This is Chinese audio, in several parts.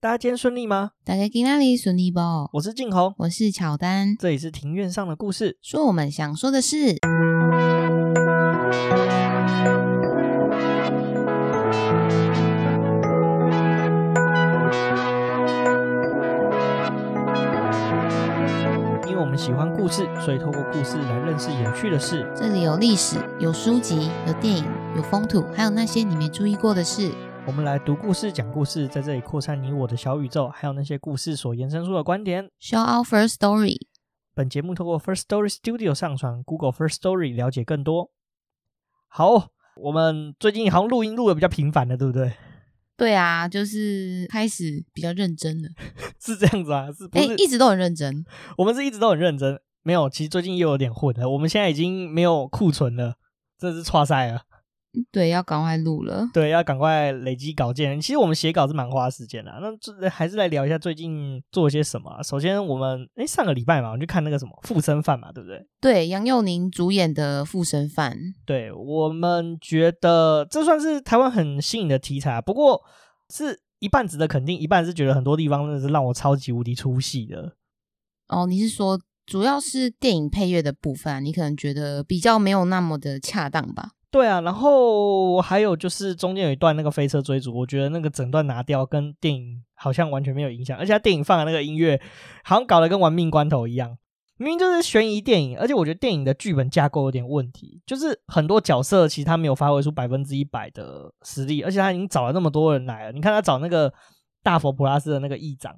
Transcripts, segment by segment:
大家今天顺利吗？大家今天里顺利不？我是静红，我是乔丹，这里是庭院上的故事。说我们想说的事。因为我们喜欢故事，所以透过故事来认识有趣的事。这里有历史，有书籍，有电影，有风土，还有那些你没注意过的事。我们来读故事、讲故事，在这里扩散你我的小宇宙，还有那些故事所延伸出的观点。 Show out first story。本节目透过 First Story Studio 上传 Google First Story 了解更多。好，我们最近好像录音录的比较频繁了，对不对？ 对啊，就是开始比较认真了。是这样子啊？是不 哎、是？一直都很认真。我们是一直都很认真，没有。其实最近又有点混了，我们现在已经没有库存了，真的是 啊差赛了。对，要赶快录了。对，要赶快累积稿件。其实我们写稿是蛮花时间的啊、那这还是来聊一下最近做了些什么啊、首先，我们哎上个礼拜嘛，我们去看那个什么《附身犯》嘛，对不对？对，杨佑宁主演的《附身犯》，对我们觉得这算是台湾很新颖的题材啊，不过是一半值得肯定，一半是觉得很多地方真的是让我超级无敌出戏的。哦，你是说主要是电影配乐的部分啊、你可能觉得比较没有那么的恰当吧？对啊，然后还有就是中间有一段那个飞车追逐，我觉得那个整段拿掉跟电影好像完全没有影响，而且他电影放的那个音乐好像搞得跟玩命关头一样，明明就是悬疑电影，而且我觉得电影的剧本架构有点问题，就是很多角色其实他没有发挥出百分之一百的实力，而且他已经找了那么多人来了，你看他找那个大佛普拉斯的那个议长，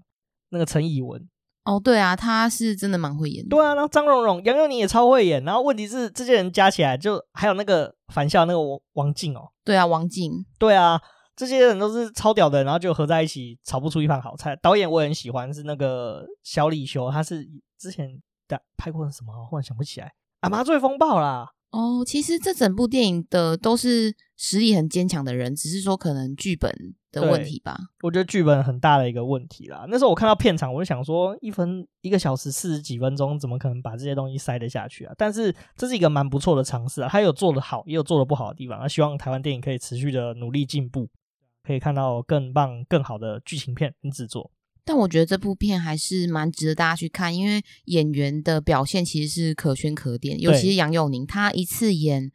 那个陈以文，哦，对啊，他是真的蛮会演的。对啊，然后张荣荣、杨佑宁也超会演，然后问题是这些人加起来就还有那个返校那个王王静哦。对啊，王静，对啊，这些人都是超屌的，然后就合在一起炒不出一盘好菜。导演我也很喜欢，是那个小李修，他是之前的拍过什么啊，我忽然想不起来，《啊，麻醉风暴》啦。哦，其实这整部电影的都是实力很坚强的人，只是说可能剧本的问对题吧。我觉得剧本很大的一个问题啦。那时候我看到片场，我就想说，一分一个小时四十几分钟，怎么可能把这些东西塞得下去啊？但是这是一个蛮不错的尝试啊，他有做得好，也有做得不好的地方。那啊希望台湾电影可以持续的努力进步，可以看到更棒、更好的剧情片跟制作。但我觉得这部片还是蛮值得大家去看，因为演员的表现其实是可圈可点，尤其是杨佑宁，他一次演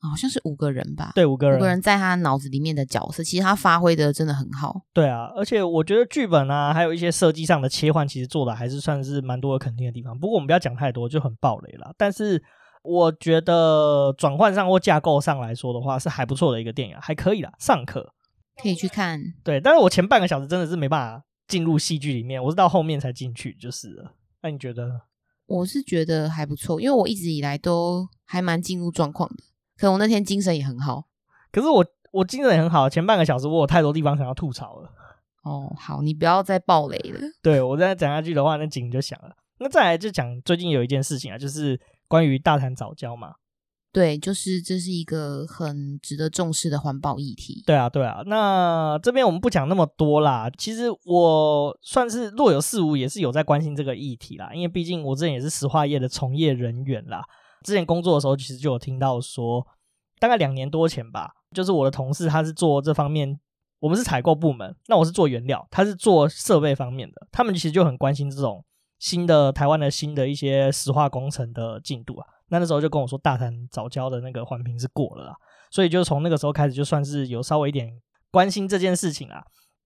好像是五个人吧，对，五个人，五个人在他脑子里面的角色，其实他发挥的真的很好。对啊，而且我觉得剧本啊，还有一些设计上的切换，其实做的还是算是蛮多的肯定的地方。不过我们不要讲太多，就很暴雷啦。但是我觉得转换上或架构上来说的话，是还不错的一个电影啊，还可以啦，尚可。可以去看。对，但是我前半个小时真的是没办法进入戏剧里面，我是到后面才进去，就是了。那你觉得？我是觉得还不错，因为我一直以来都还蛮进入状况的，可能我那天精神也很好。可是我我精神也很好，啊前半个小时我有太多地方想要吐槽了。哦，好，你不要再爆雷了。对我再讲下去的话，那景就响了。那再来就讲最近有一件事情啊，就是关于大谈早教嘛。对，就是这是一个很值得重视的环保议题。对啊，对啊，那这边我们不讲那么多啦。其实我算是若有似无，也是有在关心这个议题啦，因为毕竟我之前也是石化业的从业人员啦。之前工作的时候，其实就有听到说，大概两年多前吧，就是我的同事他是做这方面，我们是采购部门，那我是做原料，他是做设备方面的，他们其实就很关心这种新的台湾的新的一些石化工程的进度啊。那那时候就跟我说，大潭早教的那个环评是过了啦。所以就从那个时候开始，就算是有稍微一点关心这件事情啦。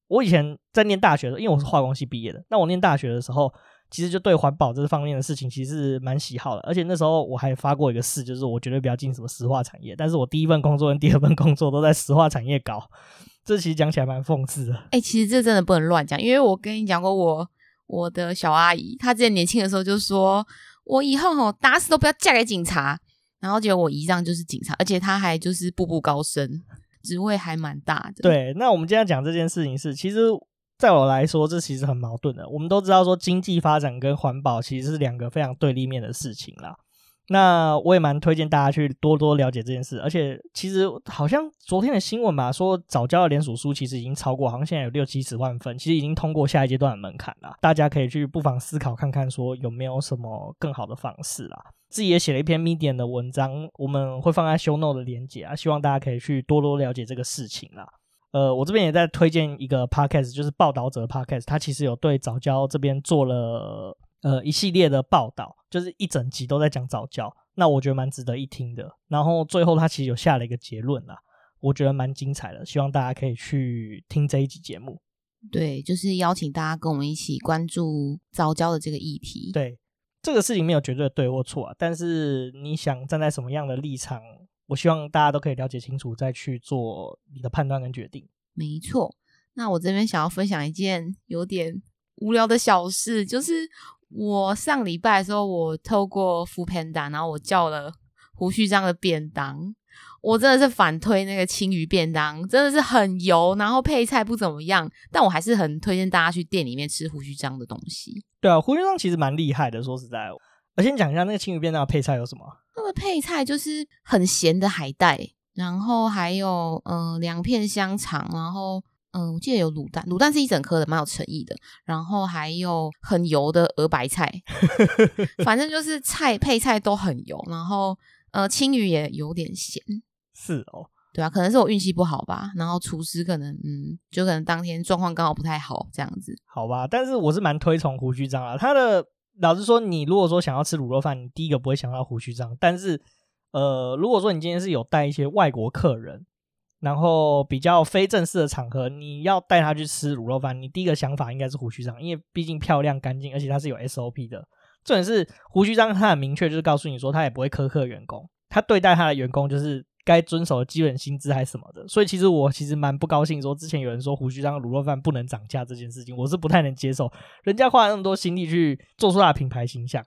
我以前在念大学的，因为我是化工系毕业的，那我念大学的时候，其实就对环保这方面的事情其实是蛮喜好的。而且那时候我还发过一个誓，就是我绝对不要进什么石化产业。但是我第一份工作跟第二份工作都在石化产业搞，这其实讲起来蛮讽刺的。哎、其实这真的不能乱讲，因为我跟你讲过我，我的小阿姨，她之前年轻的时候就说，我以后吼打死都不要嫁给警察。然后结果我姨丈就是警察，而且他还就是步步高升，职位还蛮大的。对，那我们今天讲这件事情是，其实在我来说，这其实很矛盾的。我们都知道说，经济发展跟环保其实是两个非常对立面的事情啦。那我也蛮推荐大家去多多了解这件事，而且其实好像昨天的新闻吧，说早教的联署书其实已经超过，好像现在有六七十万份，其实已经通过下一阶段的门槛了。大家可以去不妨思考看看，说有没有什么更好的方式啦。自己也写了一篇 Medium 的文章，我们会放在 Show Note 的连接啊，希望大家可以去多多了解这个事情啦。呃，我这边也在推荐一个 podcast，就是报道者 podcast，它其实有对早教这边做了呃一系列的报道，就是一整集都在讲早教，那我觉得蛮值得一听的。然后最后他其实有下了一个结论啦，我觉得蛮精彩的，希望大家可以去听这一集节目。对，就是邀请大家跟我们一起关注早教的这个议题。对，这个事情没有绝对的对或错啊，但是你想站在什么样的立场，我希望大家都可以了解清楚，再去做你的判断跟决定。没错，那我这边想要分享一件有点无聊的小事，就是我上礼拜的时候，我透过 f o o Panda，然后我叫了胡须章的便当。我真的是反推那个青鱼便当，真的是很油，然后配菜不怎么样，但我还是很推荐大家去店里面吃胡须章的东西。对啊，胡先生其实蛮厉害的，说实在，我先讲一下那个青鱼便当的配菜有什么啊。它的配菜就是很咸的海带，然后还有呃两片香肠，然后嗯、呃我记得有卤蛋，卤蛋是一整颗的，蛮有诚意的。然后还有很油的鹅白菜，反正就是菜配菜都很油，然后呃青鱼也有点咸，是哦，对啊，可能是我运气不好吧。然后厨师可能嗯，就可能当天状况刚好不太好这样子。好吧，但是我是蛮推崇胡须章啊。他的老实说，你如果说想要吃卤肉饭，你第一个不会想到胡须章，但是呃，如果说你今天是有带一些外国客人，然后比较非正式的场合，你要带他去吃卤肉饭，你第一个想法应该是胡须章，因为毕竟漂亮干净，而且它是有 SOP 的。重点是胡须章他很明确，就是告诉你说他也不会苛刻员工，他对待他的员工就是。该遵守的基本薪资还是什么的，所以其实我其实蛮不高兴。说之前有人说胡须章的卤肉饭不能涨价这件事情，我是不太能接受。人家花了那么多心力去做出他的品牌形象，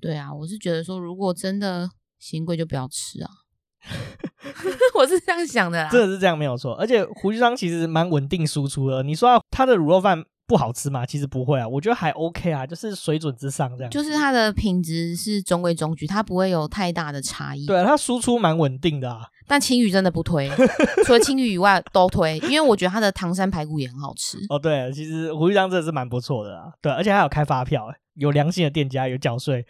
对啊，我是觉得说，如果真的嫌贵就不要吃啊，我是这样想的啦。真的是这样没有错。而且胡须章其实蛮稳定输出的。你说他的卤肉饭不好吃吗？其实不会啊，我觉得还 OK 啊，就是水准之上这样。就是它的品质是中规中矩，它不会有太大的差异。对，啊，他输出蛮稳定的啊。但青鱼真的不推，除了青鱼以外都推，因为我觉得它的唐山排骨也很好吃。哦，对，其实胡须章真的是蛮不错的啊。对，而且还有开发票、欸，有良心的店家有缴税。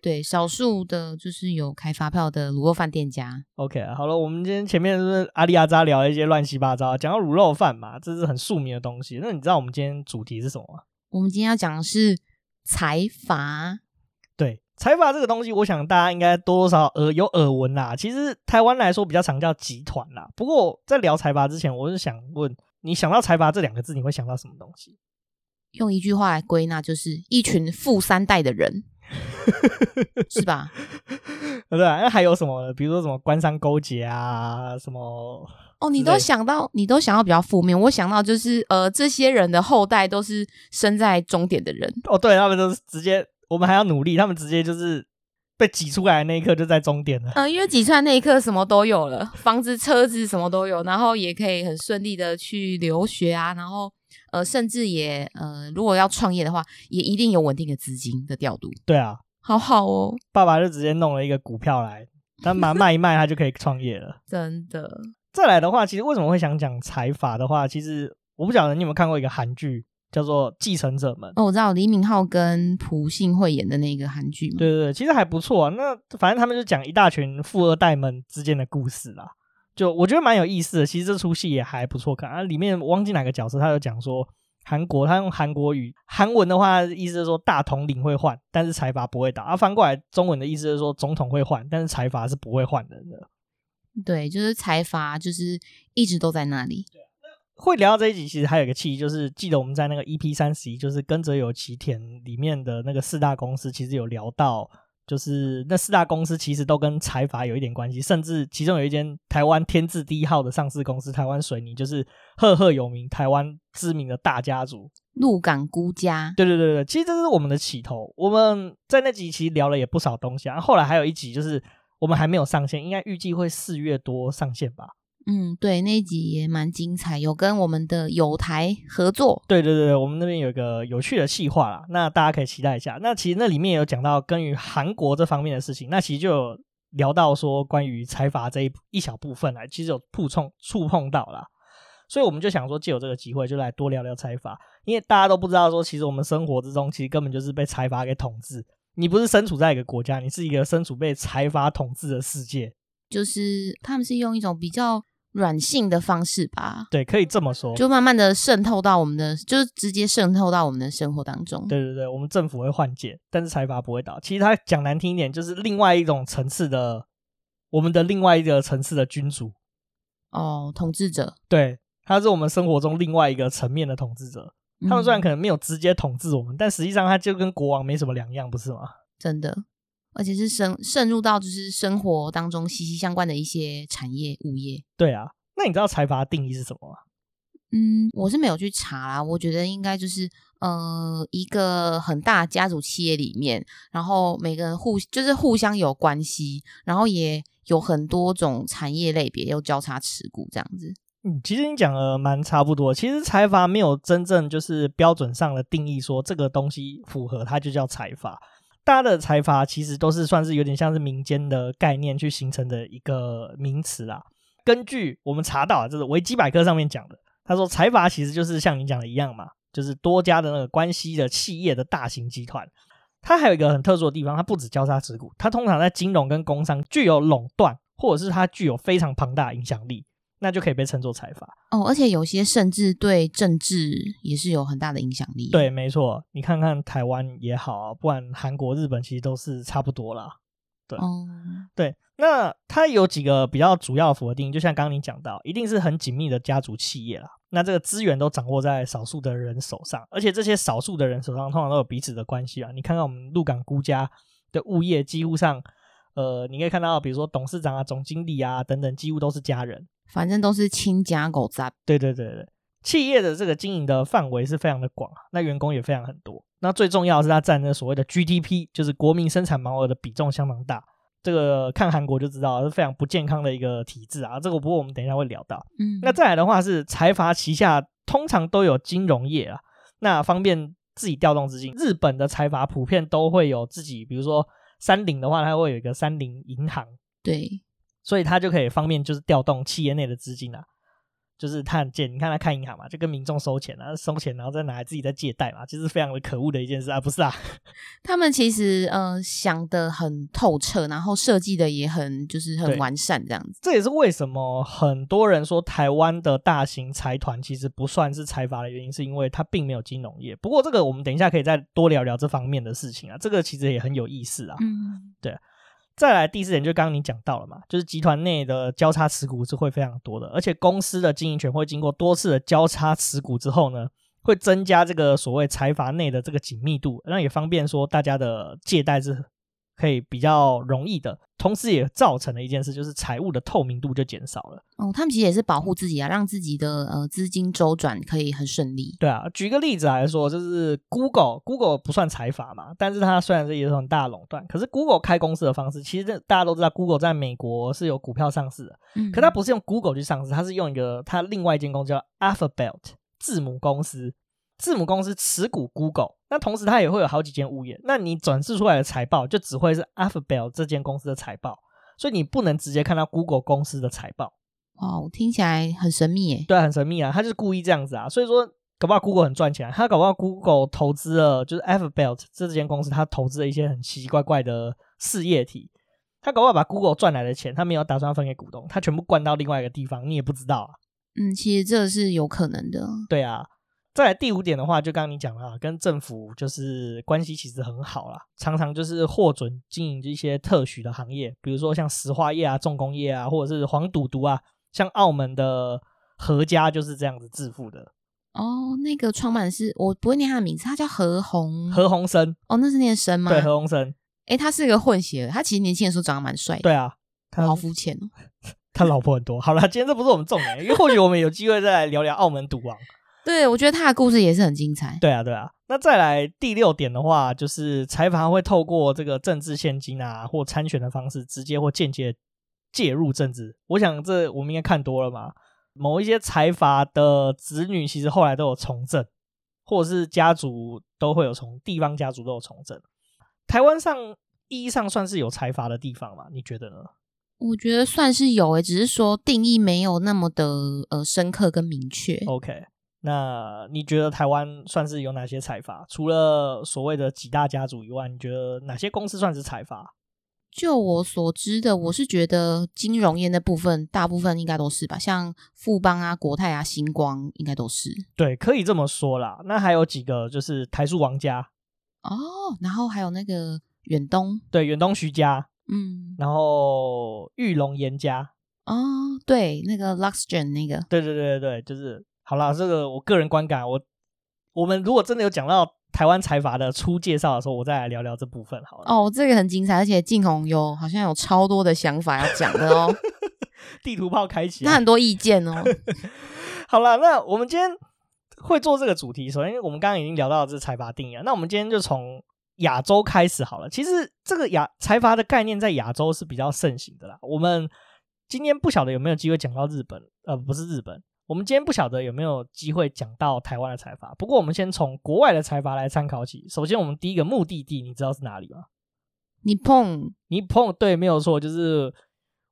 对，少数的就是有开发票的卤肉饭店家。 OK，好了，我们今天前面就是阿里阿扎聊一些乱七八糟，讲到卤肉饭嘛，这是很庶民的东西。那你知道我们今天主题是什么吗？我们今天要讲的是财阀，对，财阀这个东西，我想大家应该多多少少耳有耳闻啦。其实台湾来说比较常叫集团啦。不过在聊财阀之前，我是想问你，想到财阀这两个字，你会想到什么东西？ 用一句话来归纳，就是一群富三代的人，是吧？对吧、那还有什么？比如说什么官商勾结啊，什么哦，你之类都的想到，你都想到比较负面。我想到就是，呃，这些人的后代都是生在终点的人，哦，对他们都是直接，我们还要努力，他们直接就是被挤出来的那一刻就在终点了。嗯、因为挤出来那一刻什么都有了，房子、车子什么都有，然后也可以很顺利的去留学啊，然后呃，甚至也呃，如果要创业的话，也一定有稳定的资金的调度，对啊，好好哦，爸爸就直接弄了一个股票来，他把它卖一卖，他就可以创业了。真的。再来的话，其实为什么会想讲财阀的话，其实我不晓得你有没有看过一个韩剧叫做《继承者们》。哦，我知道李敏镐跟朴信惠演的那个韩剧嘛，对对对，其实还不错啊。那反正他们就讲一大群富二代们之间的故事啦，就我觉得蛮有意思的。其实这出戏也还不错看啊。里面我忘记哪个角色，他有讲说韩国，他用韩国语韩文的话，意思是说大统领会换，但是财阀不会倒。啊，翻过来中文的意思是说总统会换，但是财阀是不会换人的。对，就是财阀，就是一直都在那里。会聊到这一集，其实还有一个契机，就是记得我们在那个 EP 三十一，就是《跟着有其田》里面的那个四大公司，其实有聊到，就是那四大公司其实都跟财阀有一点关系，甚至其中有一间台湾天字第一号的上市公司台湾水泥，就是赫赫有名、台湾知名的大家族。鹿港孤家，对对对对，其实这是我们的起头。我们在那集其实聊了也不少东西啊，后来还有一集就是我们还没有上线，应该预计会四月多上线吧。嗯，对，那一集也蛮精彩，有跟我们的友台合作，对对对对，我们那边有一个有趣的细化啦，那大家可以期待一下。那其实那里面有讲到关于韩国这方面的事情，那其实就有聊到说关于财阀这一一小部分啊，其实有触碰触碰到啦。所以我们就想说，借有这个机会，就来多聊聊财阀，因为大家都不知道说，其实我们生活之中，其实根本就是被财阀给统治。你不是身处在一个国家，你是一个身处被财阀统治的世界。就是他们是用一种比较软性的方式吧，对，可以这么说。就慢慢的渗透到我们的，就是直接渗透到我们的生活当中。对对对，我们政府会换届，但是财阀不会倒。其实他讲难听一点，就是另外一种层次的，我们的另外一个层次的君主，哦，统治者，对，他是我们生活中另外一个层面的统治者。他们虽然嗯可能没有直接统治我们，但实际上他就跟国王没什么两样，不是吗？真的，而且是深渗入到就是生活当中息息相关的一些产业物业。对啊，那你知道财阀的定义是什么吗？嗯，我是没有去查啦，我觉得应该就是呃，一个很大的家族企业里面，然后每个人互就是互相有关系，然后也有很多种产业类别又交叉持股这样子。嗯，其实你讲的蛮差不多。其实财阀没有真正就是标准上的定义，说这个东西符合它就叫财阀。大家的财阀其实都是算是有点像是民间的概念去形成的一个名词啦。根据我们查到，啊就是维基百科上面讲的，他说财阀其实就是像你讲的一样嘛，就是多家的那个关系的企业的大型集团。它还有一个很特殊的地方，它不止交叉持股，它通常在金融跟工商具有垄断，或者是它具有非常庞大的影响力。那就可以被称作财阀。哦，而且有些甚至对政治也是有很大的影响力。对，，没错，你看看台湾也好啊，不然韩国、日本其实都是差不多啦。哦，对，那它有几个比较主要的符合定义，就像刚刚你讲到，一定是很紧密的家族企业啦。那这个资源都掌握在少数的人手上，而且这些少数的人手上通常都有彼此的关系啊。你看看我们鹿港孤家的物业，几乎上，呃，你可以看到，比如说董事长啊、总经理啊等等，几乎都是家人。反正都是亲家狗杂。对对对对，企业的这个经营的范围是非常的广啊，那员工也非常很多。那最重要的是它占那所谓的 GDP，就是国民生产毛额的比重相当大。这个看韩国就知道啊是非常不健康的一个体制啊。这个不过我们等一下会聊到。嗯，那再来的话是财阀旗下通常都有金融业啊，那方便自己调动资金。日本的财阀普遍都会有自己，比如说三菱的话，它会有一个三菱银行，对，所以它就可以方便就是调动企业内的资金啊，就是探借，你看他看银行嘛，就跟民众收钱啊，收钱然后再拿来自己再借贷嘛，就是非常的可恶的一件事啊，不是啊？ 他们其实呃想的很透彻，然后设计的也很就是对很完善这样子。这也是为什么很多人说台湾的大型财团其实不算是财阀的原因，是因为它并没有金融业。不过这个我们等一下可以再多聊聊这方面的事情啊，这个其实也很有意思啊。嗯，再来第四点，就刚刚你讲到了嘛，就是集团内的交叉持股是会非常多的，而且公司的经营权会经过多次的交叉持股之后呢，会增加这个所谓财阀内的这个紧密度，那也方便说大家的借贷是可以比较容易的，同时也造成了一件事，就是财务的透明度就减少了。哦，他们其实也是保护自己啊，让自己的呃资金周转可以很顺利。对啊，举个例子来说，就是 Google，Google 不算财阀嘛，但是它虽然是也是很大的垄断，可是 Google 开公司的方式，其实大家都知道，Google 在美国是有股票上市的。嗯，可它不是用 Google 去上市，它是用一个它另外一间公司叫 Alphabet 字母公司，字母公司持股 Google，那同时它也会有好几间物业，那你转示出来的财报就只会是 Alphabet 这间公司的财报，所以你不能直接看到 Google 公司的财报，哇，我听起来很神秘耶。对啊，很神秘啊，他就是故意这样子啊，所以说。搞不好 Google 很赚钱、啊，他搞不好 Google 投资了，就是 Alphabet 这间公司，他投资了一些很奇奇怪怪的事业体，他搞不好把 Google 赚来的钱，他没有打算分给股东，他全部灌到另外一个地方，你也不知道啊。嗯，其实这是有可能的。对啊，再来第五点的话，就刚刚你讲了啊，跟政府就是关系其实很好啦，常常就是获准经营一些特许的行业，比如说像石化业啊、重工业啊，或者是黄赌毒啊，像澳门的何家就是这样子致富的，哦，那个创办人是我不会念他的名字，他叫何鸿。何鸿燊，哦，那是念生吗？对，何鸿燊，诶，他是个混血儿，他其实年轻的时候长得蛮帅的。对啊。我他好肤浅哦。他老婆很多，好了，今天这不是我们重点，因为或许我们有机会再来聊聊澳门赌王。对，我觉得他的故事也是很精彩。对啊，对啊。那再来第六点的话，就是财阀会透过这个政治现金啊或参选的方式，直接或间接介入政治。我想这我们应该看多了嘛。某一些财阀的子女其实后来都有从政，或者是家族都会有从地方家族都有从政。台湾上意义上算是有财阀的地方嘛？你觉得呢？我觉得算是有诶、欸只是说定义没有那么的呃深刻跟明确。 OK，那你觉得台湾算是有哪些财阀？除了所谓的几大家族以外，你觉得哪些公司算是财阀？就我所知的，我是觉得金融业那部分大部分应该都是吧，像富邦啊、国泰啊、星光应该都是对，可以这么说啦。那还有几个就是台塑王家，哦。然后还有那个远东，对，远东徐家，嗯，然后玉龙严家，哦，对，那个 Luxgen 那个，对对对对对，就是好啦。这个我个人观感，我我们如果真的有讲到台湾财阀的初介绍的时候，我再来聊聊这部分好了。哦，这个很精彩，而且静红有好像有超多的想法要讲的哦，地图炮开启、啊他很多意见哦。 好了，那我们今天会做这个主题，首先我们刚刚已经聊到这财阀定义啊了，那我们今天就从亚洲开始好了。其实这个亚财阀的概念在亚洲是比较盛行的啦。我们今天不晓得有没有机会讲到日本，呃，不是日本，我们今天不晓得有没有机会讲到台湾的财阀。不过我们先从国外的财阀来参考起。首先，我们第一个目的地，你知道是哪里吗？你碰你碰对，没有错，就是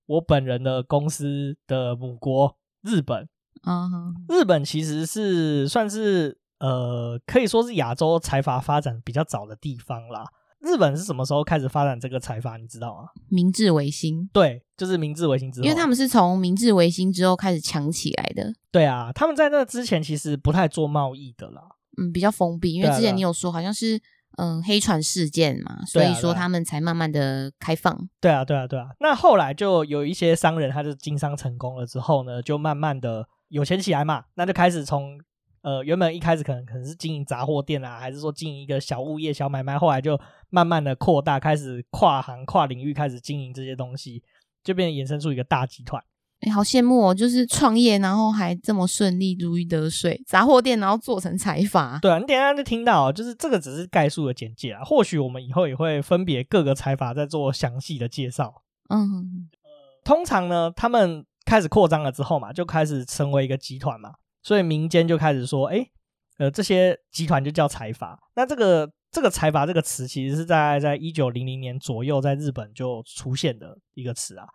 我本人的公司的母国日本。啊、嗯日本其实是算是呃，可以说是亚洲财阀发展比较早的地方啦。日本是什么时候开始发展这个财阀？你知道吗？明治维新，对，就是明治维新之后，因为他们是从明治维新之后开始强起来的，对啊，他们在那之前其实不太做贸易的啦。嗯，比较封闭，因为对啊之对啊前你有说好像是嗯、呃黑船事件嘛，所对啊以说对啊他们才慢慢的开放。对啊，对啊，对啊。那后来就有一些商人，他就经商成功了之后呢，就慢慢的有钱起来嘛，那就开始从呃原本一开始可能可能是经营杂货店啊，还是说经营一个小物业、小买卖，后来就慢慢的扩大，开始跨行、跨领域开始经营这些东西，就变成衍生出一个大集团。哎、好羡慕哦！就是创业，然后还这么顺利，如鱼得水。杂货店，然后做成财阀。对啊，你等一下就听到哦，就是这个只是概述的简介啊，或许我们以后也会分别各个财阀再做详细的介绍。嗯，通常呢，他们开始扩张了之后嘛，就开始成为一个集团嘛，所以民间就开始说，哎，呃，这些集团就叫财阀。那这个这个财阀这个词，其实是在在一九零零年左右在日本就出现的一个词啊。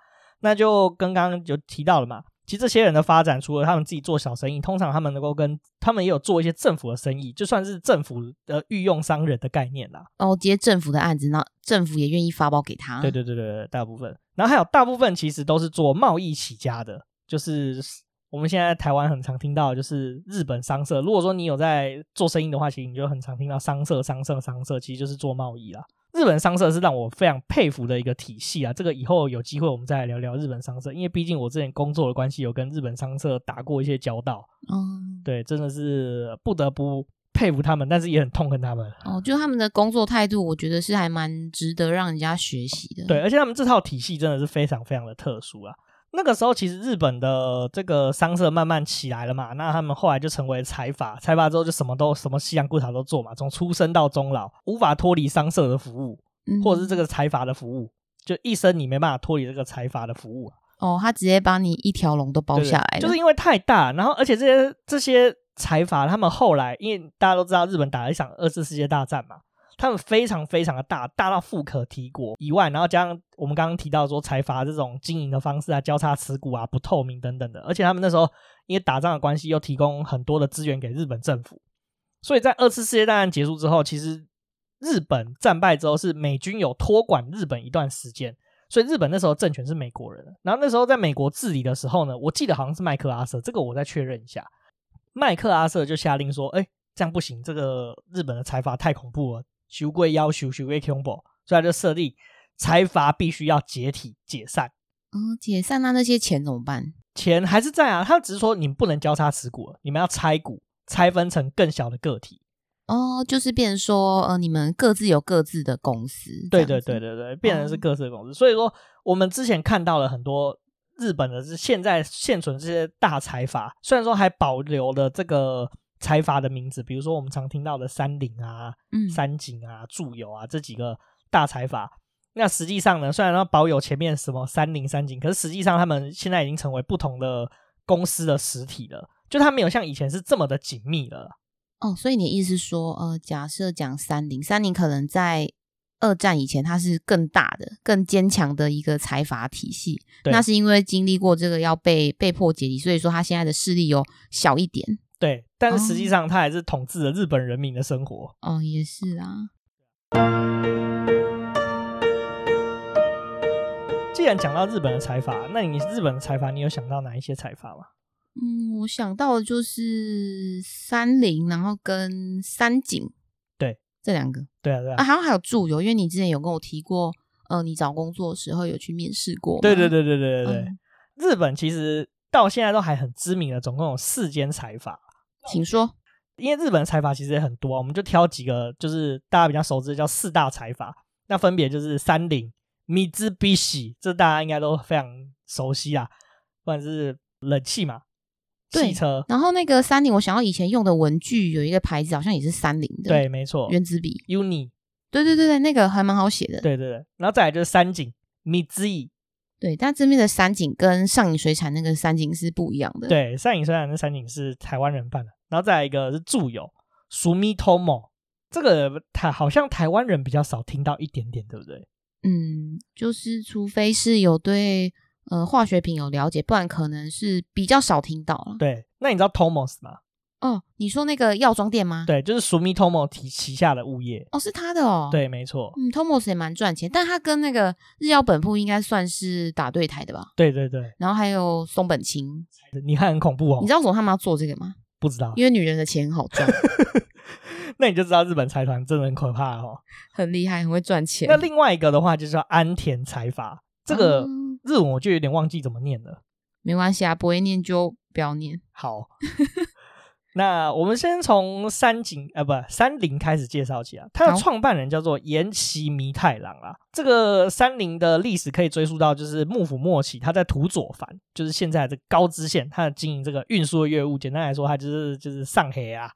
那就跟刚刚有提到了嘛，其实这些人的发展，除了他们自己做小生意，通常他们能够跟他们也有做一些政府的生意，就算是政府的御用商人的概念啦。哦，接政府的案子，那政府也愿意发包给他。对对对对对，大部分。然后还有大部分其实都是做贸易起家的，就是我们现在台湾很常听到，就是日本商社。如果说你有在做生意的话，其实你就很常听到商社、商社、商社，其实就是做贸易啦。日本商社是让我非常佩服的一个体系啊，这个以后有机会我们再来聊聊日本商社，因为毕竟我之前工作的关系，有跟日本商社打过一些交道，嗯，对，真的是不得不佩服他们，但是也很痛恨他们。哦，就他们的工作态度，我觉得是还蛮值得让人家学习的。对，，而且他们这套体系真的是非常非常的特殊啊。那个时候，其实日本的这个商社慢慢起来了嘛，那他们后来就成为财阀，财阀之后就什么都什么西洋顾茶都做嘛，从出生到终老，无法脱离商社的服务，嗯或者是这个财阀的服务，就一生你没办法脱离这个财阀的服务啊。哦，他直接把你一条龙都包对下来了就是因为太大，然后而且这些这些财阀他们后来，因为大家都知道日本打了一场二次世界大战嘛，他们非常非常的大，大到富可敌国以外，然后加上我们刚刚提到说财阀这种经营的方式啊，交叉持股啊，不透明等等的，而且他们那时候因为打仗的关系，又提供很多的资源给日本政府，所以在二次世界大战结束之后，其实日本战败之后是美军有托管日本一段时间，所以日本那时候政权是美国人。然后那时候在美国治理的时候呢，我记得好像是麦克阿瑟，这个我再确认一下。麦克阿瑟就下令说：“哎，这样不行，这个日本的财阀太恐怖了，修贵要求修贵 combo，所以他就设立财阀必须要解体解散。”嗯，解散那那些钱怎么办？钱还是在啊，他只是说你们不能交叉持股了，你们要拆股，拆分成更小的个体。哦，就是变成说，呃，你们各自有各自的公司。对这对样子对，对对，变成是哦各自的公司。所以说，我们之前看到了很多日本的是现在现存这些大财阀，虽然说还保留了这个财阀的名字，比如说我们常听到的三菱啊、嗯，三井啊、住友啊这几个大财阀。那实际上呢，虽然说保有前面什么三菱、三井，可是实际上他们现在已经成为不同的公司的实体了，就它没有像以前是这么的紧密了。哦，所以你的意思是说，呃，假设讲三菱，三菱可能在二战以前它是更大的、更坚强的一个财阀体系，对那是因为经历过这个要被被迫解体，所以说它现在的势力有小一点。对，但是实际哦上他还是统治了日本人民的生活。哦，也是啊。然讲到日本的财阀，那你日本的财阀，你有想到哪一些财阀吗？嗯，我想到的就是三菱，然后跟三井，对，这两个对啊，对啊，啊，好像还有住友，因为你之前有跟我提过，呃，你找工作的时候有去面试过，对对，对对对对对。嗯日本其实到现在都还很知名的，总共有四间财阀。请说，因为日本的财阀其实也很多啊，我们就挑几个，就是大家比较熟知的叫四大财阀，那分别就是三菱、米兹比喜，这大家应该都非常熟悉啊，不管是冷气嘛，对汽车，然后那个三菱，我想到以前用的文具有一个牌子，好像也是三菱的，对，，没错原子笔， ，Uni，对对对对，那个还蛮好写的，对对对，然后再来就是三井、米兹 E 以，对，但这边的三井跟上影水产那个三井是不一样的，，对，三井虽然那三井是台湾人办的，然后再来一个是住友 Sumitomo，这个台好像台湾人比较少听到一点点，对不对？嗯，就是除非是有对呃化学品有了解，不然可能是比较少听到了。对，那你知道 Tomos 吗？哦，你说那个药妆店吗？，对，就是 Sumitomo 旗旗下的物业。哦，是他的哦。，对，没错，嗯，Tomos 也蛮赚钱，但他跟那个日药本铺应该算是打对台的吧。对对对，然后还有松本清，你看很恐怖哦你知，道为什么他们要做这个吗？不知道，因为女人的钱很好 赚，那你就知道日本财团真的很可怕哦。很厉害，很会赚钱。那另外一个的话，就是叫安田财阀，这个嗯日文我就有点忘记怎么念了。没关系啊，不会念就不要念。好， 那我们先从三井呃不三菱开始介绍起啊。它的好创办人叫做岩崎弥太郎啊。这个三菱的历史可以追溯到就是幕府末期，他在土佐藩，就是现在这个高知县，他经营这个运输的业务。简单来说，他就是就是上黑啊。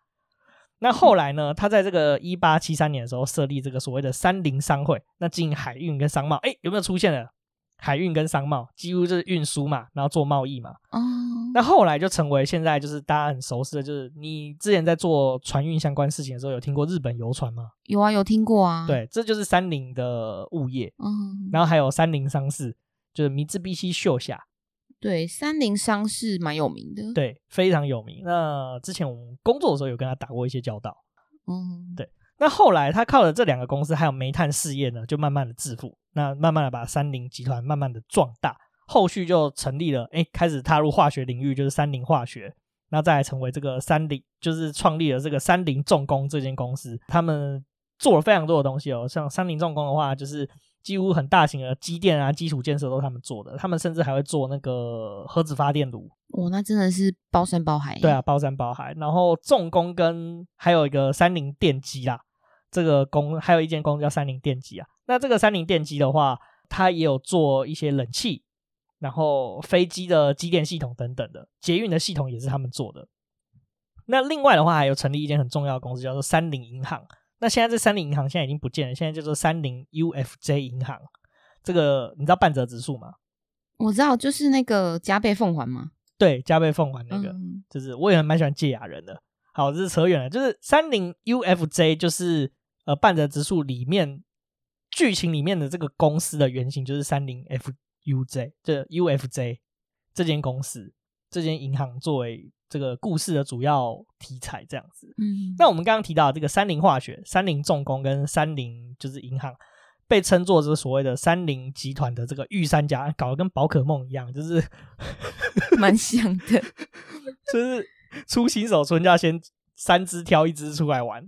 那后来呢？他在这个一八七三年的时候设立这个所谓的三菱商会，那经营海运跟商贸。哎，有没有出现了海运跟商贸？几乎就是运输嘛，然后做贸易嘛。哦，那后来就成为现在就是大家很熟悉的，就是你之前在做船运相关事情的时候，有听过日本游船吗？有啊，有听过啊。，对，这就是三菱的物业，嗯，然后还有三菱商事，就是明治必须秀下，对，三菱商事蛮有名的。，对，非常有名。那之前我们工作的时候有跟他打过一些交道。嗯，对那后来他靠着这两个公司还有煤炭事业呢，就慢慢的致富，那慢慢的把三菱集团慢慢的壮大，后续就成立了，哎，开始踏入化学领域，就是三菱化学，那再来成为这个三菱，就是创立了这个三菱重工这间公司，他们做了非常多的东西哦，像三菱重工的话，就是几乎很大型的机电啊、基础建设都是他们做的，他们甚至还会做那个核子发电炉，哇，那真的是包山包海。欸对啊，，包山包海。然后重工跟还有一个三菱电机啦，这个工还有一间公司叫三菱电机啊。那这个三菱电机的话，它也有做一些冷气，然后飞机的机电系统等等的，捷运的系统也是他们做的。那另外的话，还有成立一间很重要的公司，叫做三菱银行。那现在这三菱银行现在已经不见了，现在叫做三菱 UFJ 银行。这个你知道半泽指数吗？我知道，就是那个加倍奉还嘛。对，加倍奉还那个。嗯就是我也蛮喜欢芥雅人的。好，这是扯远了，就是三菱 UFJ 就是呃半泽直树里面剧情里面的这个公司的原型就是三菱 FUJ，这 UFJ 这间公司这间银行作为这个故事的主要题材这样子。嗯，那我们刚刚提到的这个三菱化学、三菱重工跟三菱就是银行，被称作是所谓的三菱集团的这个御三家，搞得跟宝可梦一样，就是嗯蛮像的。就是出新手村就要先三只挑一只出来玩。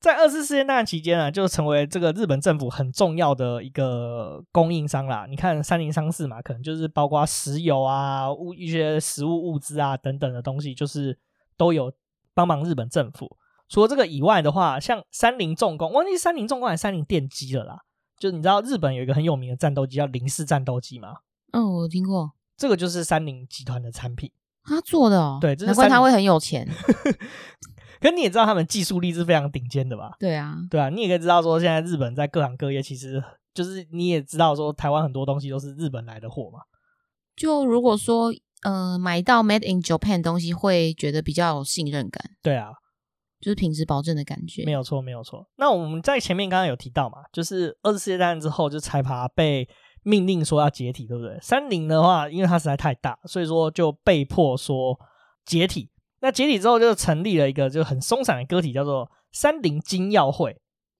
在二次世界大战期间啊，就成为这个日本政府很重要的一个供应商啦。你看三菱商事嘛，可能就是包括石油啊、物一些食物物资啊等等的东西，就是都有帮忙日本政府。除了这个以外的话，像三菱重工，忘记三菱重工还是三菱电机了啦。就是你知道日本有一个很有名的战斗机叫零式战斗机吗？嗯，我有听过这个就是三菱集团的产品。他做的哦。对这是难怪三他会很有钱。可你也知道他们技术力是非常顶尖的吧？对啊，对啊，你也可以知道说，现在日本在各行各业其实就是你也知道说，台湾很多东西都是日本来的货嘛。就如果说呃买到 Made in Japan 的东西，会觉得比较有信任感，对啊，就是品质保证的感觉。没有错，没有错。那我们在前面刚刚有提到嘛，就是二次世界大战之后，就财阀被命令说要解体，对不对？三菱的话，因为它实在太大，所以说就被迫说解体。那解体之后，就成立了一个就很松散的个体，叫做三菱金耀会。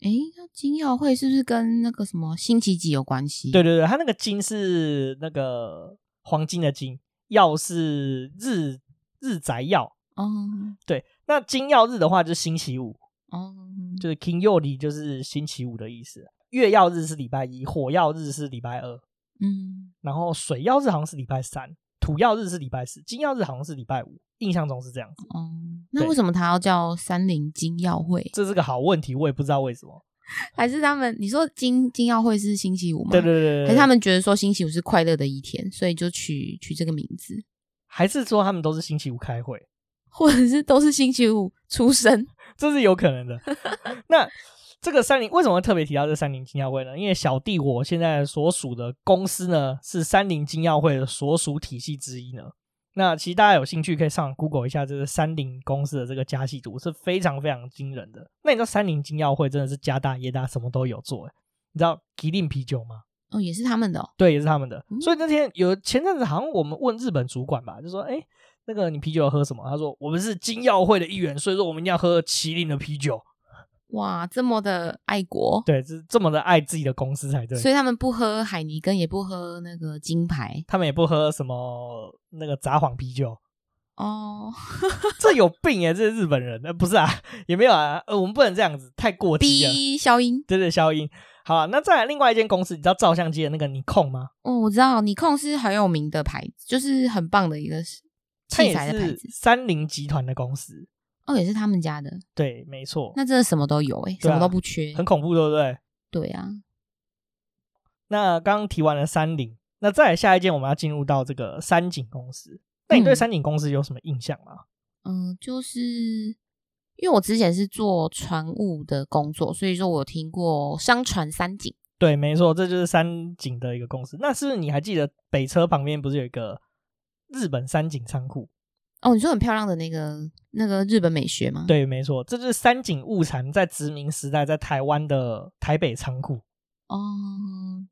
诶，那金耀会是不是跟那个什么辛弃疾有关系？对，对对，它那个金是那个黄金的金，药是日日宅药。哦对，那金曜日的话就是星期五，哦，就是 King 曜日就是星期五的意思。月曜日是礼拜一，火曜日是礼拜二，嗯，然后水曜日好像是礼拜三，土曜日是礼拜四，金曜日好像是礼拜五，印象中是这样子。哦，那对为什么他要叫三菱金耀会？ 这是个好问题，我也不知道为什么。还是他们？你说金金耀会是星期五吗？对对对对对，还是他们觉得说星期五是快乐的一天，所以就取取这个名字， 还是说他们都是星期五开会，或者是都是星期五出生？ 这是有可能的。 那这个三菱为什么会特别提到这三菱金耀会呢？因为小弟我现在所属的公司呢，是三菱金耀会的所属体系之一呢。那其实大家有兴趣可以上网 Google 一下，这个三菱公司的这个家系图是非常非常惊人的。那你知道三菱金耀会真的是家大业大，什么都有做、欸。你知道吉林啤酒吗？哦，也是他们的哦。对，也是他们的。嗯所以那天有前阵子好像我们问日本主管吧，就说：“哎，那个你啤酒要喝什么？”他说：“我们是金耀会的一员，所以说我们一定要喝麒麟的啤酒。哇，这么的爱国”，对，这这么的爱自己的公司才对。所以他们不喝海尼根，也不喝那个金牌他们也不喝什么那个札幌啤酒， 哦，这有病耶！这是日本人，呃，不是啊，也没有啊，呃，我们不能这样子，太过激了。逼消音。对对，消音。好啊，那再来另外一间公司，你知道照相机的那个尼控吗？哦，我知道，尼控是很有名的牌子，就是很棒的一个它器也材的牌是子。三菱集团的公司。哦，也是他们家的，对，没错，那真的什么都有哎、对什啊么都不缺。很恐怖，对不对？对啊，那刚刚提完了三菱，那再来下一件，我们要进入到这个三井公司。那你对嗯三井公司有什么印象吗？嗯，就是因为我之前是做船务的工作，所以说我有听过商船三井。对，没错，这就是三井的一个公司。那是不是你还记得北车旁边不是有一个日本三井仓库？哦，你说很漂亮的那个那个日本美学吗？，对，没错，这就是三井物产在殖民时代在台湾的台北仓库。哦，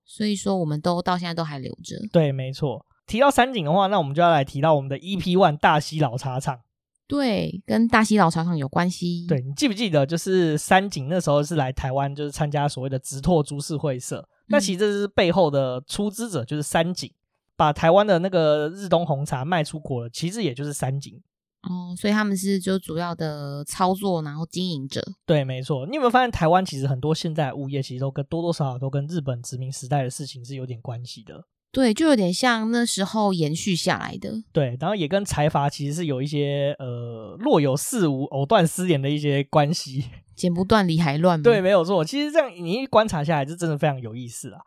所以说我们都到现在都还留着。对，没错。提到三井的话，那我们就要来提到我们的 EP One 大溪老茶厂。对，跟大溪老茶厂有关系。对，你记不记得，就是三井那时候是来台湾，就是参加所谓的直拓株式会社。那嗯其实这是背后的出资者就是三井，把台湾的那个日东红茶卖出国了，其实也就是三井。哦，所以他们是就主要的操作，然后经营者。对，没错。你有没有发现台湾其实很多现在的物业其实都跟多多少少都跟日本殖民时代的事情是有点关系的。对，就有点像那时候延续下来的。对，然后也跟财阀其实是有一些呃若有似无、藕断丝连的一些关系。剪不断理还乱嘛。对，没有错。其实这样你一观察下来，是真的非常有意思啊。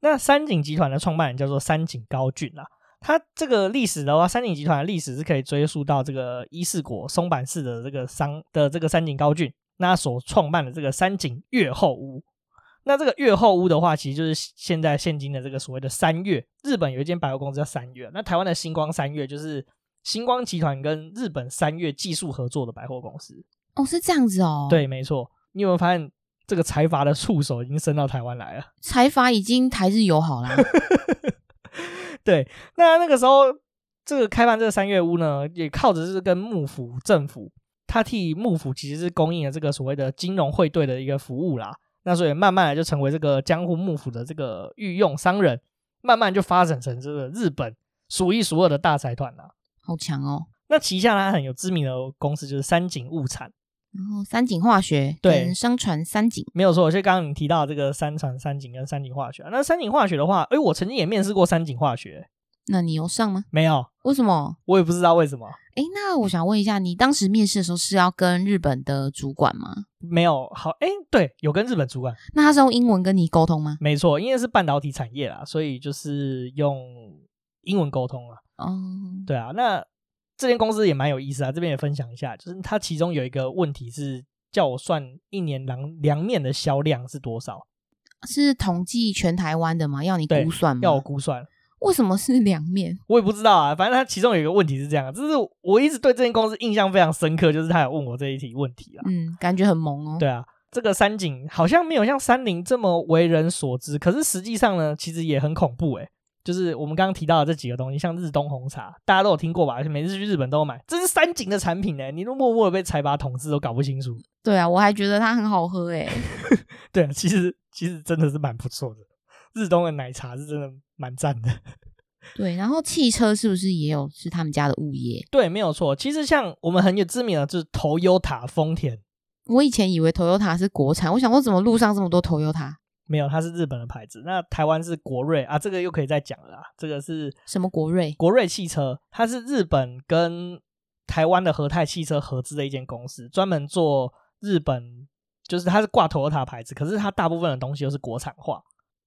那三井集团的创办人叫做三井高俊啊，他这个历史的话，三井集团的历史是可以追溯到这个伊势国松坂市的这个商的这个三井高俊，那他所创办的这个三井越后屋。那这个越后屋的话，其实就是现在现今的这个所谓的三越。日本有一间百货公司叫三越，那台湾的星光三越就是星光集团跟日本三越技术合作的百货公司。哦，是这样子哦。，对，没错。你有没有发现这个财阀的触手已经伸到台湾来了？ 财阀已经台日友好啦。对，那那个时候这个开办这个三月屋呢，也靠着是跟幕府政府，他替幕府其实是供应了这个所谓的金融汇兑的一个服务啦。那所以慢慢的就成为这个江户幕府的这个御用商人，慢慢就发展成这个日本数一数二的大财团啦。好强哦。那旗下它很有知名的公司就是三井物产。然后三井化学对跟商船三井，没有错，就刚刚你提到这个三船三井跟三井化学啊，那三井化学的话，诶，我曾经也面试过三井化学，那你有上吗？没有，为什么？我也不知道为什么诶，那我想问一下，你当时面试的时候是要跟日本的主管吗？没有好，诶，对，有跟日本主管，那他是用英文跟你沟通吗？没错，因为是半导体产业啦，所以就是用英文沟通啊，哦，对啊，那这间公司也蛮有意思啊，这边也分享一下，就是它其中有一个问题是叫我算一年凉凉面的销量是多少，是统计全台湾的吗？要你对估算吗？要我估算，为什么是两面？我也不知道啊，反正他其中有一个问题是这样，啊就是我一直对这间公司印象非常深刻，就是他有问我这一题问题啊。嗯，感觉很萌哦。对啊，这个山井好像没有像山林这么为人所知，可是实际上呢，其实也很恐怖诶、欸就是我们刚刚提到的这几个东西，像日东红茶，大家都有听过吧？每次去日本都有买，这是三井的产品呢、欸你都默默的被财阀统治都搞不清楚。对啊，我还觉得它很好喝诶、欸对啊，其实其实真的是蛮不错的，日东的奶茶是真的蛮赞的。 对，然后汽车是不是也有是他们家的物业？对，没有错。其实像我们很有知名的，就是 Toyota 丰田，我以前以为 Toyota 是国产，我想说怎么路上这么多 Toyota？没有，它是日本的牌子。那台湾是国瑞啊，这个又可以再讲了啦。这个是什么国瑞？国瑞汽车，它是日本跟台湾的和泰汽车合资的一间公司，专门做日本，就是它是挂 Toyota 牌子，可是它大部分的东西都是国产化。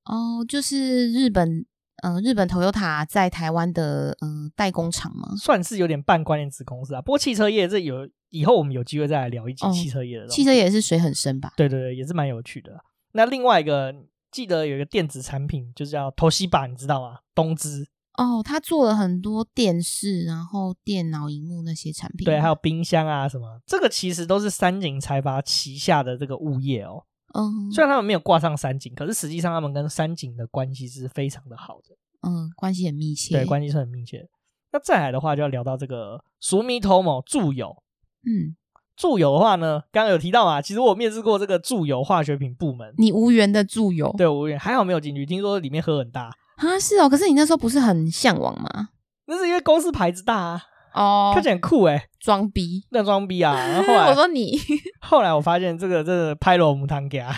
哦，就是日本，呃，日本 Toyota 在台湾的嗯、呃代工厂吗？算是有点半关联子公司啊。不过汽车业这有以后我们有机会再来聊一集哦汽车业的东西。汽车也是水很深吧？对对对，也是蛮有趣的。啊那另外一个记得有一个电子产品，就是叫 Toshiba，你知道吗？东芝哦，他做了很多电视，然后电脑荧幕那些产品。对，还有冰箱啊什么，这个其实都是三井财阀旗下的这个物业哦。嗯虽然他们没有挂上三井，可是实际上他们跟三井的关系是非常的好的，嗯，关系很密切。对，关系是很密切的。那再来的话，就要聊到这个熟米头某住友。嗯，住友的话呢，刚刚有提到嘛，其实我面试过这个住友化学品部门，你无缘的住友对我也还好没有进去，听说里面喝很大，啊，是哦。可是你那时候不是很向往吗？那是因为公司牌子大啊，哦看，起来很酷哎、装逼。那装逼 啊！然后后我来 说你后来我发现这个真的拍了母汤给他。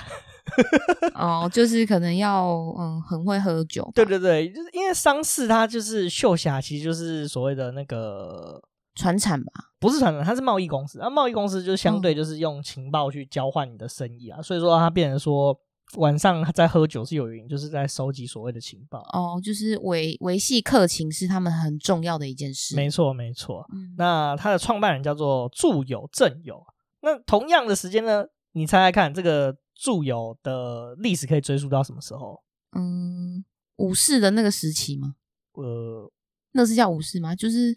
哦，就是可能要嗯很会喝酒吧，对对对，就是因为丧事它就是秀霞，其实就是所谓的那个传产吧。不是传统，它是贸易公司。那、贸易公司就是相对就是用情报去交换你的生意啊，所以说它变成说晚上他在喝酒是有原因，就是在收集所谓的情报。啊哦，就是维维系客情是他们很重要的一件事。没错没错，嗯，那它的创办人叫做住友正友。那同样的时间呢，你猜猜看，这个住友的历史可以追溯到什么时候？嗯，武士的那个时期吗？呃，那是叫武士吗？就是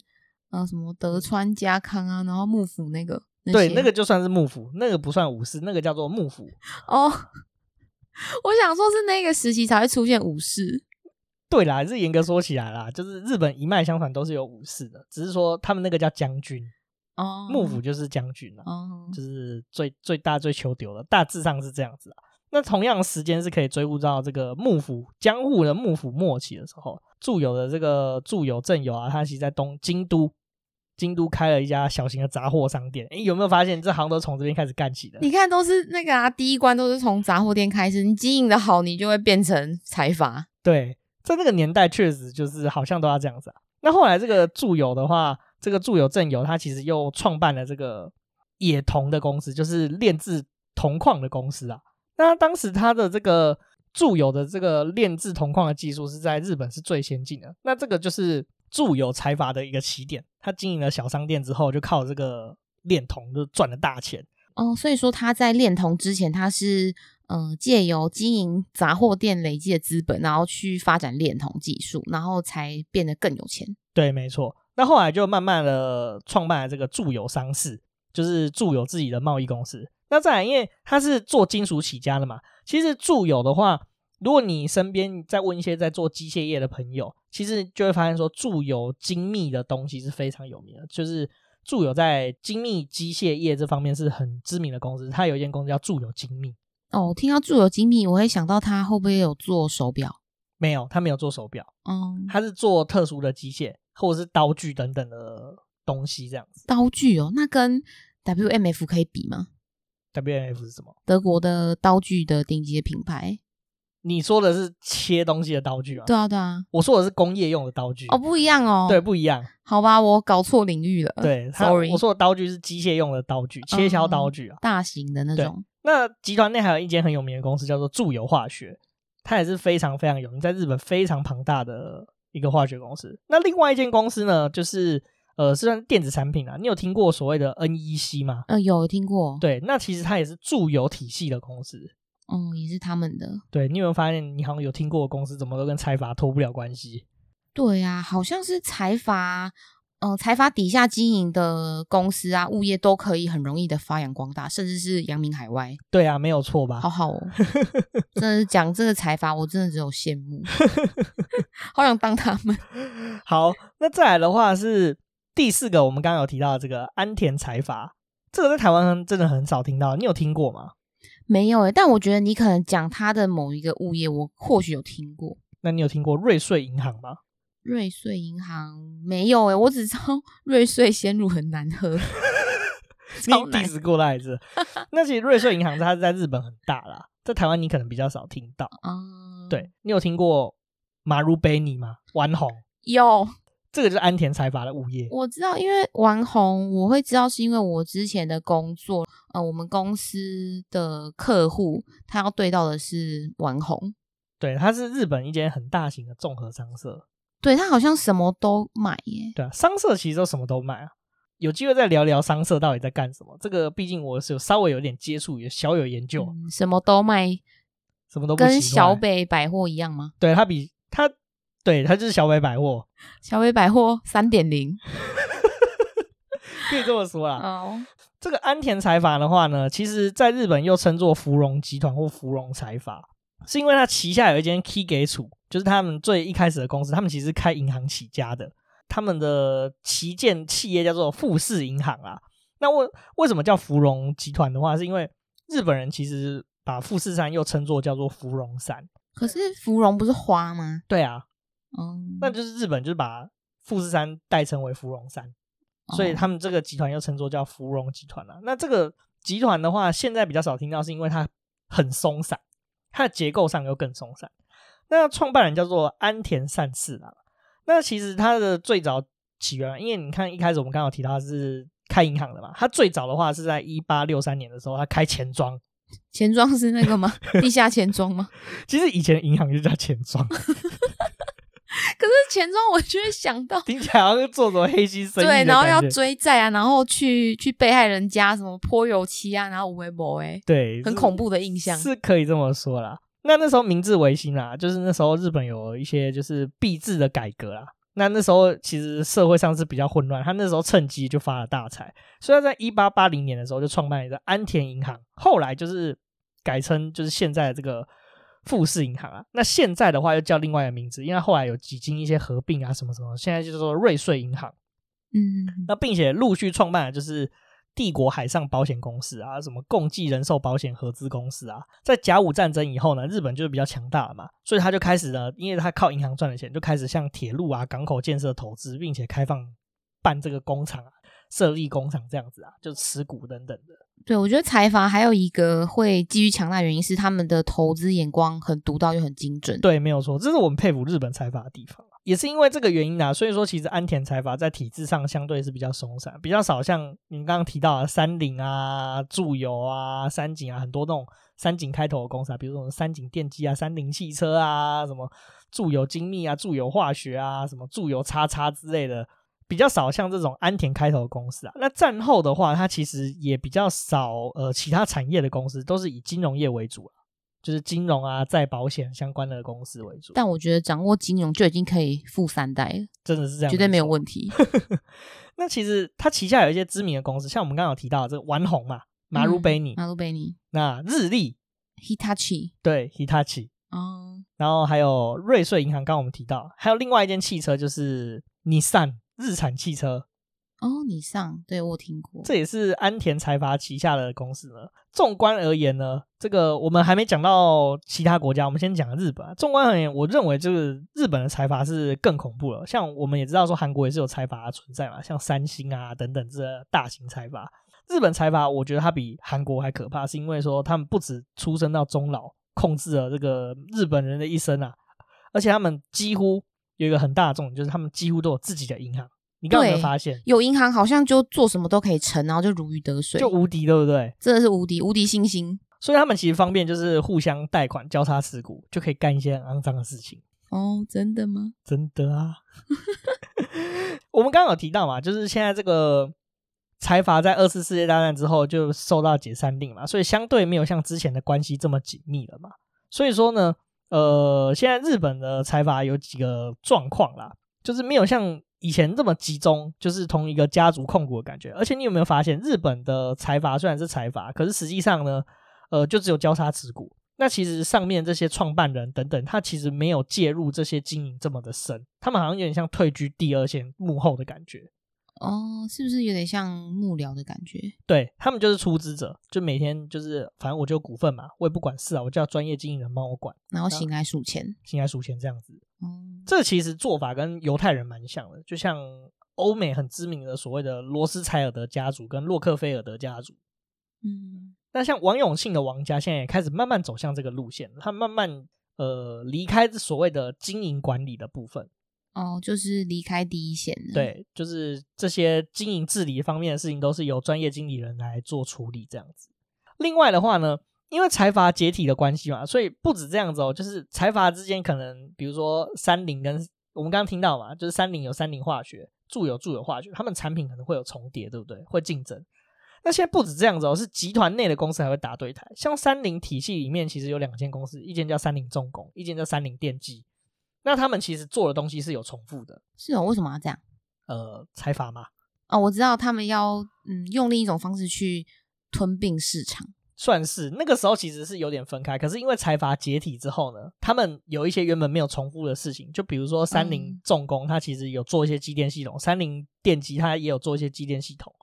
呃什么德川家康啊，然后幕府那个那对，些那个就算是幕府，那个不算武士，那个叫做幕府。哦， 我想说是那个时期才会出现武士。对啦，是严格说起来啦，就是日本一脉相传都是有武士的，只是说他们那个叫将军，哦，幕府就是将军啦，哦，就是最最大最求丢的，大致上是这样子啊。那同样时间是可以追溯到这个幕府江户的幕府末期的时候，住友的这个住友正友啊，他其实在东京都。京都开了一家小型的杂货商店，诶，有没有发现这行都从这边开始干起的？你看都是那个啊，第一关都是从杂货店开始，你经营的好，你就会变成财阀。对，在那个年代确实就是好像都要这样子啊。那后来这个住友的话，这个住友正友他其实又创办了这个冶铜的公司，就是炼制铜矿的公司啊。那当时他的这个住友的这个炼制铜矿的技术是在日本是最先进的，那这个就是住友财阀的一个起点。他经营了小商店之后，就靠这个炼铜就赚了大钱。哦，所以说他在恋童之前，他是呃借由经营杂货店累积的资本，然后去发展恋童技术，然后才变得更有钱。对，没错。那后来就慢慢的创办了这个住友商事，就是住友自己的贸易公司。那再来，因为它是做金属起家的嘛，其实住友的话，如果你身边再问一些在做机械业的朋友，其实就会发现说住友精密的东西是非常有名的，就是住友在精密机械业这方面是很知名的公司，它有一间公司叫住友精密，哦，听到住友精密，我会想到他会不会有做手表？没有，它没有做手表，嗯，它是做特殊的机械或者是刀具等等的东西这样子。刀具哦，那跟 WMF 可以比吗？ WNF 是什么？德国的刀具的顶级的品牌。你说的是切东西的刀具啊？对啊，对啊。我说的是工业用的刀具。哦，不一样哦。对，，不一样。好吧，我搞错领域了。对它，sorry，嗯我说的刀具是机械用的刀具，切削刀具啊。大型的那对种。那集团内还有一间很有名的公司叫做住友化学，它也是非常非常有名，在日本非常庞大的一个化学公司。那另外一间公司呢，就是呃，是算电子产品啊。你有听过所谓的 NEC 吗？呃，有听过。，对，那其实它也是住友体系的公司。哦，也是他们的。对，你有没有发现，你好像有听过的公司，怎么都跟财阀脱不了关系？对啊，好像是财阀，呃财阀底下经营的公司啊、物业都可以很容易的发扬光大，甚至是扬名海外。对啊，没有错吧好？好 哦，真的是讲这个财阀，我真的只有羡 慕，好想当他们。好，那再来的话是第四个，我们刚刚有提到的这个安田财阀，这个在台湾真的很少听到，你有听过吗？没有诶、欸但我觉得你可能讲他的某一个物业，我或许有听过。那你有听过瑞穗银行吗？瑞穗银行没有诶、欸我只知道瑞穗鲜乳很难 喝，你超难 diss 过来 着。那其实瑞穗银行它是在日本很大啦，在台湾你可能比较少听到。啊、对你有听过马如贝尼吗？丸红，有这个就是安田财阀的物业。我知道，因为玩红，我会知道是因为我之前的工作，呃，我们公司的客户他要对到的是玩红，对，它是日本一间很大型的综合商社。对他好像什么都买耶。对啊，商社其实都什么都卖啊。有机会再聊聊商社到底在干什么。这个毕竟我是有稍微有点接触，也小有研究，嗯什么都卖，什么都不跟奇怪小北百货一样吗？对它比它对它就是小北百货，小北百货三点零可以这么 说啦。哦，这个安田财阀的话呢，其实在日本又称作芙蓉集团或芙蓉财阀，是因为它旗下有一间 Key 给处，就是他们最一开始的公司，他们其实是开银行起家的，他们的旗舰企业叫做富士银行啦。那为为什么叫芙蓉集团的话，是因为日本人其实把富士山又称作叫做芙蓉山，可是芙蓉不是花吗？对啊，哦，那就是日本就是把富士山代称为芙蓉山，所以哦他们这个集团又称作叫芙蓉集团了、那这个集团的话，现在比较少听到，是因为它很松散，它的结构上又更松散。那创办人叫做安田善次郎。那其实他的最早起源，因为你看一开始我们刚刚有提到他是开银行的嘛，他最早的话是在一八六三年的时候，他开钱庄。钱庄是那个吗？地下钱庄吗？其实以前银行就叫钱庄， 可是钱庄我就会想 到。听起来好像做什么黑心生意的对，然后要感觉追债啊，然后去去被害人家什么泼油漆啊，然后无为某哎，对很是恐怖的印象。是可以这么说啦。那那时候明治维新啦，就是那时候日本有一些就是币制的改革啦。那那时候其实社会上是比较混乱，他那时候趁机就发了大财，所以他在一八八零年的时候就创办了一个安田银行，后来就是改称就是现在的这个富士银行啊。那现在的话又叫另外一个名字，因为它后来有几经一些合并啊什么什么，现在就叫做瑞穗银行。嗯，那并且陆续创办了就是帝国海上保险公司啊，什么共济人寿保险合资公司啊。在甲午战争以后呢，日本就是比较强大了嘛，所以他就开始呢，因为他靠银行赚的钱，就开始向铁路啊、港口建设投资，并且开放办这个工厂啊、设立工厂这样子啊，就持股等等的。对，我觉得财阀还有一个会基于强大的原因是他们的投资眼光很独到又很精准。对，没有错，这是我们佩服日本财阀的地方啊，也是因为这个原因啊。所以说，其实安田财阀在体制上相对是比较松散，比较少像您刚刚提到的三菱啊、住友啊、三井啊，很多那种三井开头的公司啊，比如说什么三井电机啊、三菱汽车啊、什么住友精密啊、住友化学啊、什么住友叉叉之类的。比较少像这种安田开头的公司啊，那战后的话，它其实也比较少呃其他产业的公司，都是以金融业为主啊，就是金融啊、再保险相关的公司为主。但我觉得掌握金融就已经可以富三代了，真的是这样，绝对没有错。问题。 那其实它旗下有一些知名的公司，像我们刚刚有提到的这个丸红嘛、马鲁贝尼、嗯马路贝尼那日立、 Hitachi 对 Hitachi，哦，然后还有瑞穗银行，刚刚我们提到，还有另外一间汽车就是尼桑日产汽车，哦，你上，对我有听过。这也是安田财阀旗下的公司呢。纵观而言呢，这个我们还没讲到其他国家，我们先讲日本啊。纵观而言，我认为就是日本的财阀是更恐怖了。像我们也知道说韩国也是有财阀存在嘛，像三星啊等等这大型财阀。日本财阀，我觉得它比韩国还可怕，是因为说他们不止出生到终老，控制了这个日本人的一生啊，而且他们几乎有一个很大的重点，就是他们几乎都有自己的银行。你刚刚有没有对发现？有银行好像就做什么都可以成，然后就如鱼得水，就无敌，对不对？真的是无敌无敌星星所以他们其实方便就是互相贷款、交叉持股，就可以干一些很肮脏的事情。哦！真的吗？真的啊！我们刚刚有提到嘛，就是现在这个财阀在二次世界大战之后就受到解散令嘛，所以相对没有像之前的关系这么紧密了嘛。所以说呢，呃，现在日本的财阀有几个状况啦，就是没有像。以前这么集中，就是同一个家族控股的感觉。而且你有没有发现，日本的财阀虽然是财阀，可是实际上呢，呃，就只有交叉持股。那其实上面这些创办人等等，他其实没有介入这些经营这么的深，他们好像有点像退居第二线幕后的感觉。哦，是不是有点像幕僚的感觉？对他们就是出资者，就每天就是反正我就有股份嘛，我也不管事啊，我叫专业经营人帮我管，然后醒来数钱。现在数钱这样子。哦，这其实做法跟犹太人蛮像的，就像欧美很知名的所谓的罗斯柴尔德家族跟洛克菲尔德家族。嗯，那像王永庆的王家现在也开始慢慢走向这个路线了，他慢慢呃离开所谓的经营管理的部分，哦，就是离开第一线了。，对，就是这些经营治理方面的事情都是由专业经理人来做处理这样子。另外的话呢，因为财阀解体的关系嘛，所以不止这样子哦，就是财阀之间可能比如说三菱跟我们刚刚听到嘛，就是三菱有三菱化学，住有住有化学，他们产品可能会有重叠，对不对？会竞争。那现在不止这样子哦，是集团内的公司还会打对台。像三菱体系里面，其实有两间公司，一间叫三菱重工，一间叫三菱电机。那他们其实做的东西是有重复的，是哦，为什么要这样？呃财阀嘛，哦，我知道他们要嗯用另一种方式去吞并市场。算是那个时候其实是有点分开。可是因为财阀解体之后呢，他们有一些原本没有重复的事情，就比如说三菱嗯重工，它其实有做一些机电系统；三菱电机它也有做一些机电系统。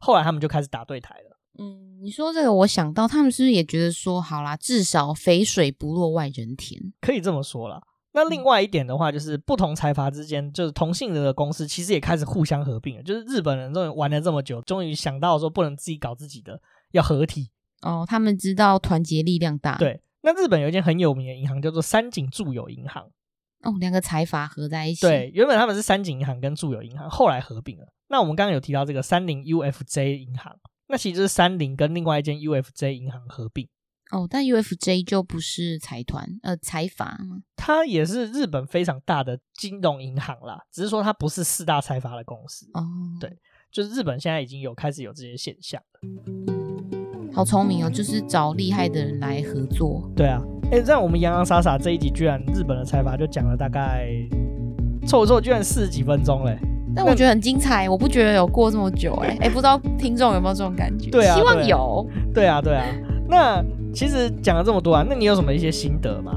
后来他们就开始打对台了。嗯，你说这个，我想到他们是不是也觉得说，好啦，至少肥水不落外人田。可以这么说啦。那另外一点的话，就是不同财阀之间，就是同性的公司，其实也开始互相合并了。就是日本人终于玩了这么久，终于想到说不能自己搞自己的，要合体。哦，他们知道团结力量大。，对，那日本有一间很有名的银行叫做三井住友银行。哦，两个财阀合在一起。对，，原本他们是三井银行跟住友银行，后来合并了。那我们刚刚有提到这个三菱 UFJ 银行，那其实就是三菱跟另外一间 UFJ 银行合并。哦，但 UFJ 就不是财团，呃，财阀吗？它也是日本非常大的金融银行啦，只是说它不是四大财阀的公司，哦，对就是日本现在已经有开始有这些现象。好聪明哦，就是找厉害的人来合作。对啊，哎，让我们洋洋洒洒这一集，居然日本的财阀就讲了大概凑一凑，居然四十几分钟嘞。但那我觉得很精彩，我不觉得有过这么久哎、哎、不知道听众有没有这种感觉？对啊希对望啊有。对啊，对啊。那其实讲了这么多啊，那你有什么一些心得吗？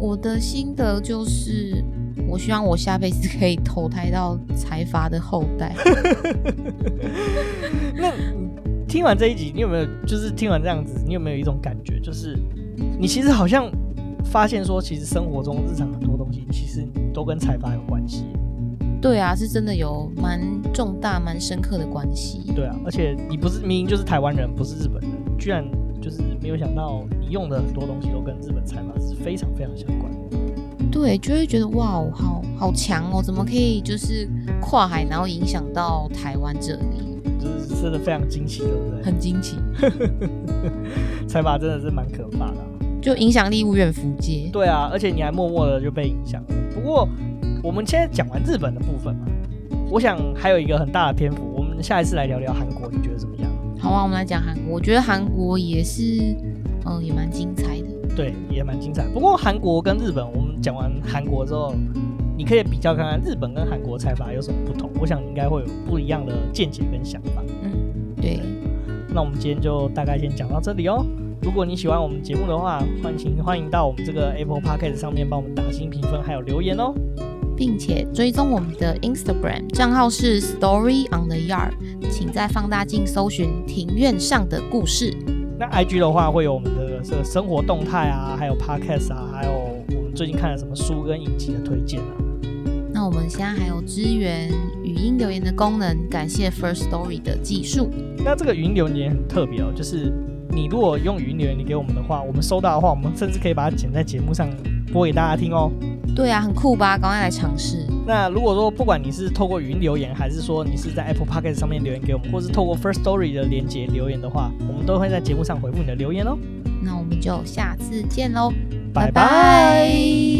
我的心得就是，我希望我下辈子可以投胎到财阀的后代。那你听完这一集，你有没有就是听完这样子，你有没有一种感觉，就是你其实好像发现说，其实生活中日常很多东西，其实都跟财阀有关系。对啊，是真的有蛮重大、蛮深刻的关系。对啊，而且你不是明明就是台湾人，不是日本人，居然就是没有想到你用的很多东西都跟日本财阀是非常非常相关的。对，就会觉得哇，好好强哦，怎么可以就是跨海，然后影响到台湾这里，就是真的非常惊奇，对不对？很惊奇。财阀真的是蛮可怕的啊、就影响力无远弗届。对啊，而且你还默默的就被影响了。不过我们现在讲完日本的部分嘛，我想还有一个很大的篇幅，我们下一次来聊聊韩国，你觉得怎么样？好啊，我们来讲韩国，我觉得韩国也是，嗯、也蛮精彩的。对，也蛮精彩。不过韩国跟日本，我们讲完韩国之后，你可以比较看看日本跟韩国财阀有什么不同。我想你应该会有不一样的见解跟想法。嗯，对，那我们今天就大概先讲到这里哦。如果你喜欢我们节目的话，欢迎欢迎到我们这个 Apple Podcast 上面帮我们打新评分，还有留言哦。并且追踪我们的 Instagram 账号是 Story on the Yard，请在放大镜搜寻“庭院上的故事那 IG 的话，会有我们的这个生活动态啊，还有 Podcast 啊，还有我们最近看了什么书跟影集的推荐啊。”。那我们现在还有支援语音留言的功能，感谢 First Story 的技术。那这个语音留言很特别哦，就是你如果用语音留言你给我们的话，我们收到的话，我们甚至可以把它剪在节目上播给大家听哦。对啊，很酷吧？赶快来尝试。那如果说不管你是透过语音留言，还是说你是在 Apple Podcast 上面留言给我们，或是透过 First Story 的连接留言的话，我们都会在节目上回复你的留言哦。那我们就下次见喽，拜拜拜